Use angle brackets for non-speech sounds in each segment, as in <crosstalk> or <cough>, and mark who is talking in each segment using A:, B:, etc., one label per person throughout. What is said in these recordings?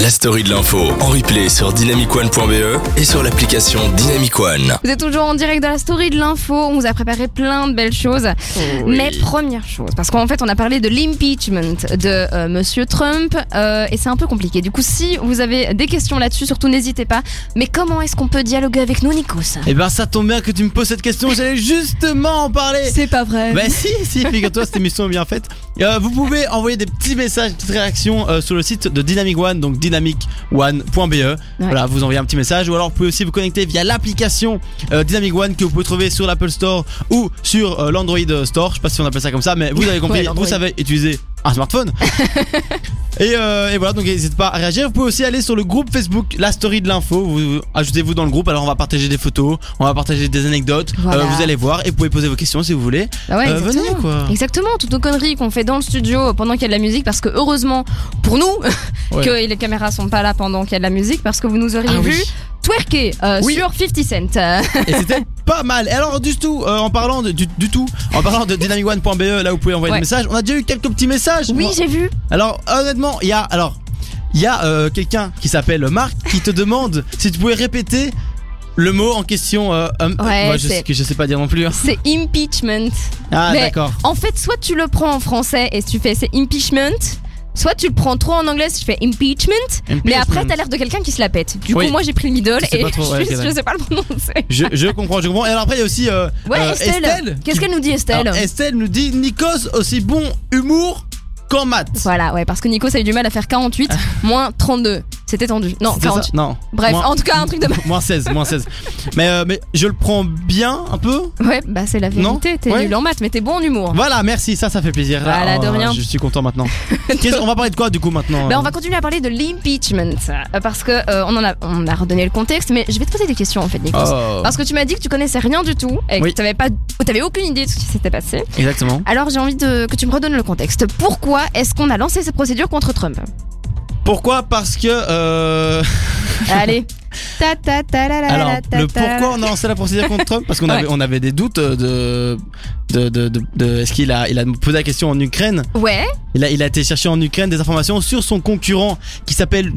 A: la story de l'info en replay sur dynamicone.be E et sur l'application Dynamicone.
B: Vous êtes toujours en direct de la story de l'info. On vous a préparé plein de belles choses. Mais première chose, parce qu'en fait, on a parlé de l'impeachment de euh, Monsieur Trump euh, et c'est un peu compliqué. Du coup, si vous avez des questions là-dessus, surtout n'hésitez pas. Mais comment est-ce qu'on peut dialoguer avec nous, Nikos
C: Eh ben ça tombe bien que tu me poses cette question, j'allais justement en parler
B: C'est pas vrai.
C: bah si, si, figure-toi, cette émission est bien faite. Euh, vous pouvez envoyer des petits messages, des petites réactions euh, sur le site de Dynamic One, donc dynamicone.be. E. Voilà, vous envoyez un petit message ou alors vous pouvez aussi vous connecter via l'application euh, Dynamic One que vous pouvez trouver sur l'Apple Store ou sur euh, l'Android Store. Je sais pas si on appelle ça comme ça, mais vous
B: <laughs>
C: avez compris,
B: Ouais, l'Android.
C: vous savez utiliser
B: <laughs>
C: un smartphone. Et, euh, et voilà, donc n'hésitez pas à réagir. Vous pouvez aussi aller sur le groupe Facebook La Story de l'info. Vous, vous- ajoutez-vous dans le groupe. Alors on va partager des photos, on va partager des anecdotes.
B: Voilà.
C: Euh, vous allez voir et vous pouvez poser vos questions si vous voulez.
B: Bah ouais,
C: Euh,
B: exactement.
C: venez, quoi.
B: Exactement, toutes nos conneries qu'on fait dans le studio pendant qu'il y a de la musique, parce que heureusement pour nous <laughs>
C: Ouais.
B: que les caméras sont pas là pendant qu'il y a de la musique, parce que vous nous auriez
C: Ah
B: vu
C: oui.
B: twerker euh,
C: Oui.
B: sur 50 Cent. <laughs> Euh,
C: Et c'était pas mal. Et alors du tout, euh, en parlant de, du, du tout, en parlant de dynamicone.be, E, là où vous pouvez envoyer
B: Ouais.
C: des messages. On a déjà eu quelques petits messages.
B: oui,
C: Moi-
B: j'ai vu.
C: Alors honnêtement, il y a alors il y a euh, quelqu'un qui s'appelle Marc qui te demande <laughs> si tu pouvais répéter le mot en question. euh, hum,
B: Ouais,
C: moi, je,
B: c'est-
C: sais que je sais pas dire non
B: <laughs>
C: plus. hein.
B: C'est impeachment.
C: Ah
B: Mais-
C: d'accord.
B: En fait, soit tu le prends en français et tu fais c'est impeachment. Soit tu le prends trop en anglais, tu fais impeachment, mais après t'as l'air de quelqu'un qui se la pète. Du
C: Oui.
B: coup, moi j'ai pris le middle
C: Tu sais
B: et
C: pas trop,
B: <laughs>
C: ouais, Euh,
B: je,
C: ok,
B: je
C: d'accord.
B: sais pas le prononcer.
C: Je, je comprends, je comprends. Et alors après, il y a aussi euh,
B: Ouais,
C: euh,
B: Estelle,
C: qui-
B: qu'est-ce qu'elle nous dit, Estelle
C: Alors, Estelle nous dit Nikos aussi bon humour qu'en maths.
B: Voilà, ouais, parce que Nico, ça a eu du mal à faire 48, moins 32. C'était tendu. Non,
C: C'était Ah. ça
B: 48.
C: Non.
B: Bref,
C: Moins-
B: en tout cas, un truc de mal.
C: Moins 16, moins 16. Mais, euh, mais je le prends bien un peu.
B: Ouais, bah c'est la
C: Non
B: vérité. T'es
C: Ouais.
B: nul en maths, mais t'es bon en humour.
C: Voilà, merci, ça, ça fait plaisir. Ah,
B: Voilà, de rien.
C: Je suis
B: <laughs>
C: content maintenant. Qu'est-ce- on va parler de quoi du coup maintenant
B: Bah, on va continuer à parler de l'impeachment euh, parce que euh, on en a on a redonné le contexte mais je vais te poser des questions en fait Nico.
C: Oh,
B: Parce que tu m'as dit que tu connaissais rien du tout et que
C: Oui.
B: t'avais pas t'avais aucune idée de ce qui s'était passé.
C: Oh. Exactement.
B: Alors j'ai envie de que tu me redonnes le contexte. Pourquoi est-ce qu'on a lancé cette procédure contre Trump
C: Pourquoi Parce que. Euh... <laughs>
B: Allez. Ta ta ta la la la
C: Alors,
B: ta
C: le
B: ta la.
C: pourquoi on a lancé la procédure contre Trump Parce qu'on avait, on avait des doutes euh, de. de, de, de, de- Est-ce qu'il a, il a posé la question en Ukraine
B: Ouais,
C: Il a, il a été chercher en Ukraine des informations sur son concurrent qui s'appelle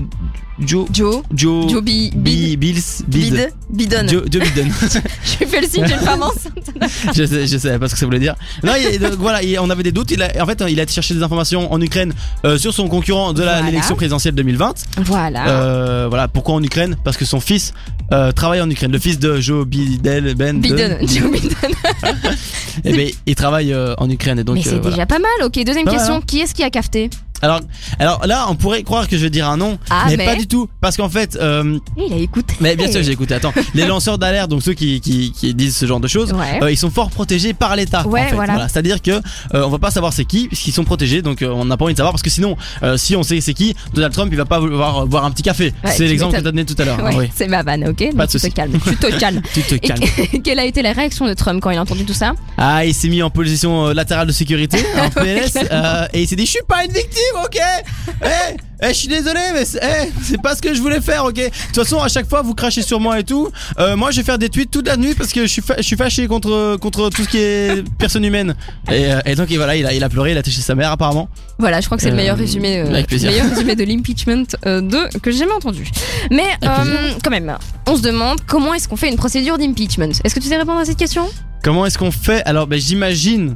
C: Joe.
B: Joe,
C: Joe.
B: Joe Bi- Bid-
C: Bi- Bills. Bid.
B: Bid- Bidon.
C: Joe, Joe Biden.
B: <laughs> J'ai fait le signe d'une femme enceinte.
C: je, sais, je savais pas ce que ça voulait dire. Non, il- donc, voilà, il- on avait des doutes. Il a, en fait, il a été chercher des informations en Ukraine euh, sur son concurrent de la-
B: Voilà. Ah.
C: l'élection présidentielle 2020.
B: Voilà.
C: Euh, <laughs> voilà, pourquoi en Ukraine Parce que son fils euh, travaille en Ukraine. Le fils de Joe Biden. Ben,
B: Biden, Joe Biden.
C: <laughs> Eh ben, il travaille euh, en Ukraine et donc.
B: Mais c'est
C: euh, voilà. Ah.
B: déjà pas mal. Ok, deuxième
C: Pas mal,
B: question. Qui est-ce qui a cafeté
C: Alors, alors là, on pourrait croire que je vais dire un nom,
B: Ah,
C: mais,
B: mais-
C: pas du tout, parce qu'en fait. euh,
B: Il a écouté.
C: Mais bien sûr, j'ai écouté. Attends, les lanceurs d'alerte, donc ceux qui, qui, qui disent ce genre de choses,
B: Ouais.
C: euh, ils sont fort protégés par l'État.
B: Ouais,
C: en fait.
B: voilà.
C: C'est-à-dire que euh, on va pas savoir c'est qui, puisqu'ils sont protégés, donc euh, on n'a pas envie de savoir, parce que sinon, euh, si on sait c'est qui, Donald Trump, il va pas vouloir euh, boire un petit café.
B: Ouais,
C: c'est
B: tu
C: l'exemple que
B: m'étonnes.
C: t'as donné tout à l'heure. hein,
B: Ouais,
C: oui.
B: C'est ma vanne, ok Donc
C: Pas de
B: Tu te
C: souci.
B: calmes. Tu
C: <laughs>
B: te calmes.
C: Tu te
B: Et
C: calmes.
B: que- <laughs> quelle a été la réaction de Trump quand il a entendu tout ça
C: Ah, il s'est mis en position euh, latérale
B: <laughs>
C: de sécurité, en PLS,
B: clairement.
C: euh, et il s'est dit, je suis pas une victime, ok Eh, eh, je suis désolé, mais c'est eh, c'est pas ce que je voulais faire, ok De toute façon, à chaque fois, vous crachez sur moi et tout. Euh, moi, je vais faire des tweets toute la nuit parce que je suis, fa- je suis fâché contre, contre tout ce qui est personne humaine. Et, euh, et donc, et voilà, il a, il a pleuré, il a touché sa mère, apparemment.
B: Voilà, je crois que c'est le
C: Euh,
B: meilleur résumé, euh,
C: avec plaisir.
B: meilleur résumé de l'impeachment euh, de- que j'ai jamais entendu. Mais
C: Avec
B: euh, quand même, on se demande comment est-ce qu'on fait une procédure d'impeachment. Est-ce que tu sais répondre à cette question
C: Comment est-ce qu'on fait Alors, ben, j'imagine.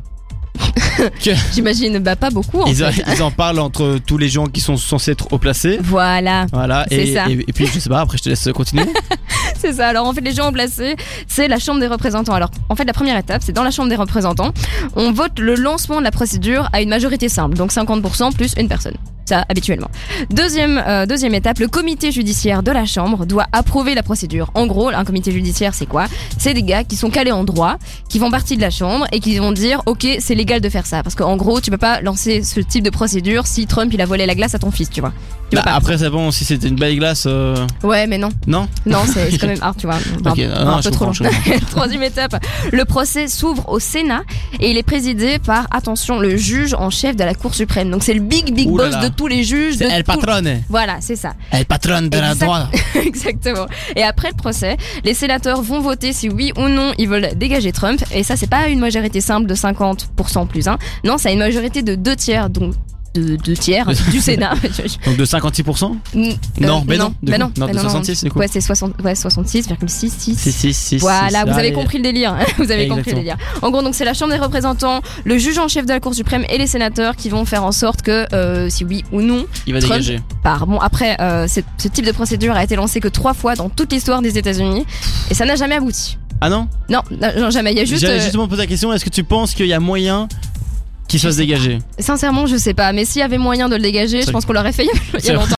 B: J'imagine bah pas beaucoup. En
C: Ils,
B: fait.
C: ils en parlent entre tous les gens qui sont censés être haut placés.
B: Voilà,
C: Voilà,
B: C'est
C: et,
B: ça.
C: et, et puis je sais pas, après je te laisse
B: <laughs>
C: continuer.
B: c'est ça. Alors en fait, les gens ont placé, c'est la Chambre des représentants. Alors en fait, la première étape, c'est dans la Chambre des représentants, on vote le lancement de la procédure à une majorité simple, donc 50% plus une personne. Ça, habituellement. Deuxième, euh, deuxième étape, le comité judiciaire de la Chambre doit approuver la procédure. En gros, un comité judiciaire, c'est quoi C'est des gars qui sont calés en droit, qui font partie de la Chambre et qui vont dire, ok, c'est légal de faire ça. Parce qu'en gros, tu peux pas lancer ce type de procédure si Trump, il a volé la glace à ton fils, tu vois. Tu peux
C: Bah, après, c'est bon, si c'était une belle glace, euh,
B: pas. Ouais, mais non.
C: non
B: Non, c'est c'est quand même hard, tu vois. Un,
C: Ok,
B: un
C: non, je
B: peu trop
C: comprends,
B: long.
C: je comprends.
B: <laughs> Troisième étape, le procès s'ouvre au Sénat et il est présidé par, attention, le juge en chef de la Cour suprême. Donc c'est le big, big
C: Ouh là
B: boss
C: là.
B: de tous les juges.
C: C'est
B: de
C: El
B: tout-
C: Patronne.
B: Voilà, c'est ça, <laughs>
C: El Patronne de la
B: Exact.
C: droite.
B: exactement. Et après le procès, les sénateurs vont voter si oui ou non ils veulent dégager hein. Trump. Et ça, c'est pas une majorité simple de 50% plus 1. Non, c'est une majorité de deux tiers, donc de deux
C: <laughs>
B: tiers du Sénat. Je-
C: Donc de 56%
B: Mm,
C: Non,
B: euh,
C: mais non, du
B: mais
C: coup.
B: non,
C: Non,
B: mais
C: de 66, du coup.
B: Ouais, c'est 60 ouais, 66,66.
C: Si, si, si.
B: Voilà,
C: si,
B: vous
C: ça,
B: avez
C: et-
B: compris le délire. <laughs> hein, vous avez compris le
C: Exactement.
B: délire. En gros, donc c'est la Chambre des représentants, le juge en chef de la Cour suprême et les sénateurs qui vont faire en sorte que, euh, si oui ou non,
C: Il va
B: Trump.
C: dégager.
B: par. Bon, après, euh, c'est- ce type de procédure a été lancé que trois fois dans toute l'histoire des États-Unis et ça n'a jamais abouti.
C: Ah non
B: Non, non, non, jamais. Il y a juste.
C: J'allais
B: euh,
C: justement poser la question est-ce que tu penses qu'il y a moyen qu'il se fasse dégager
B: Sincèrement, je sais pas. Mais s'il y avait moyen de le dégager, je
C: C'est-
B: pense qu'on l'aurait fait il y a
C: c'est-
B: longtemps.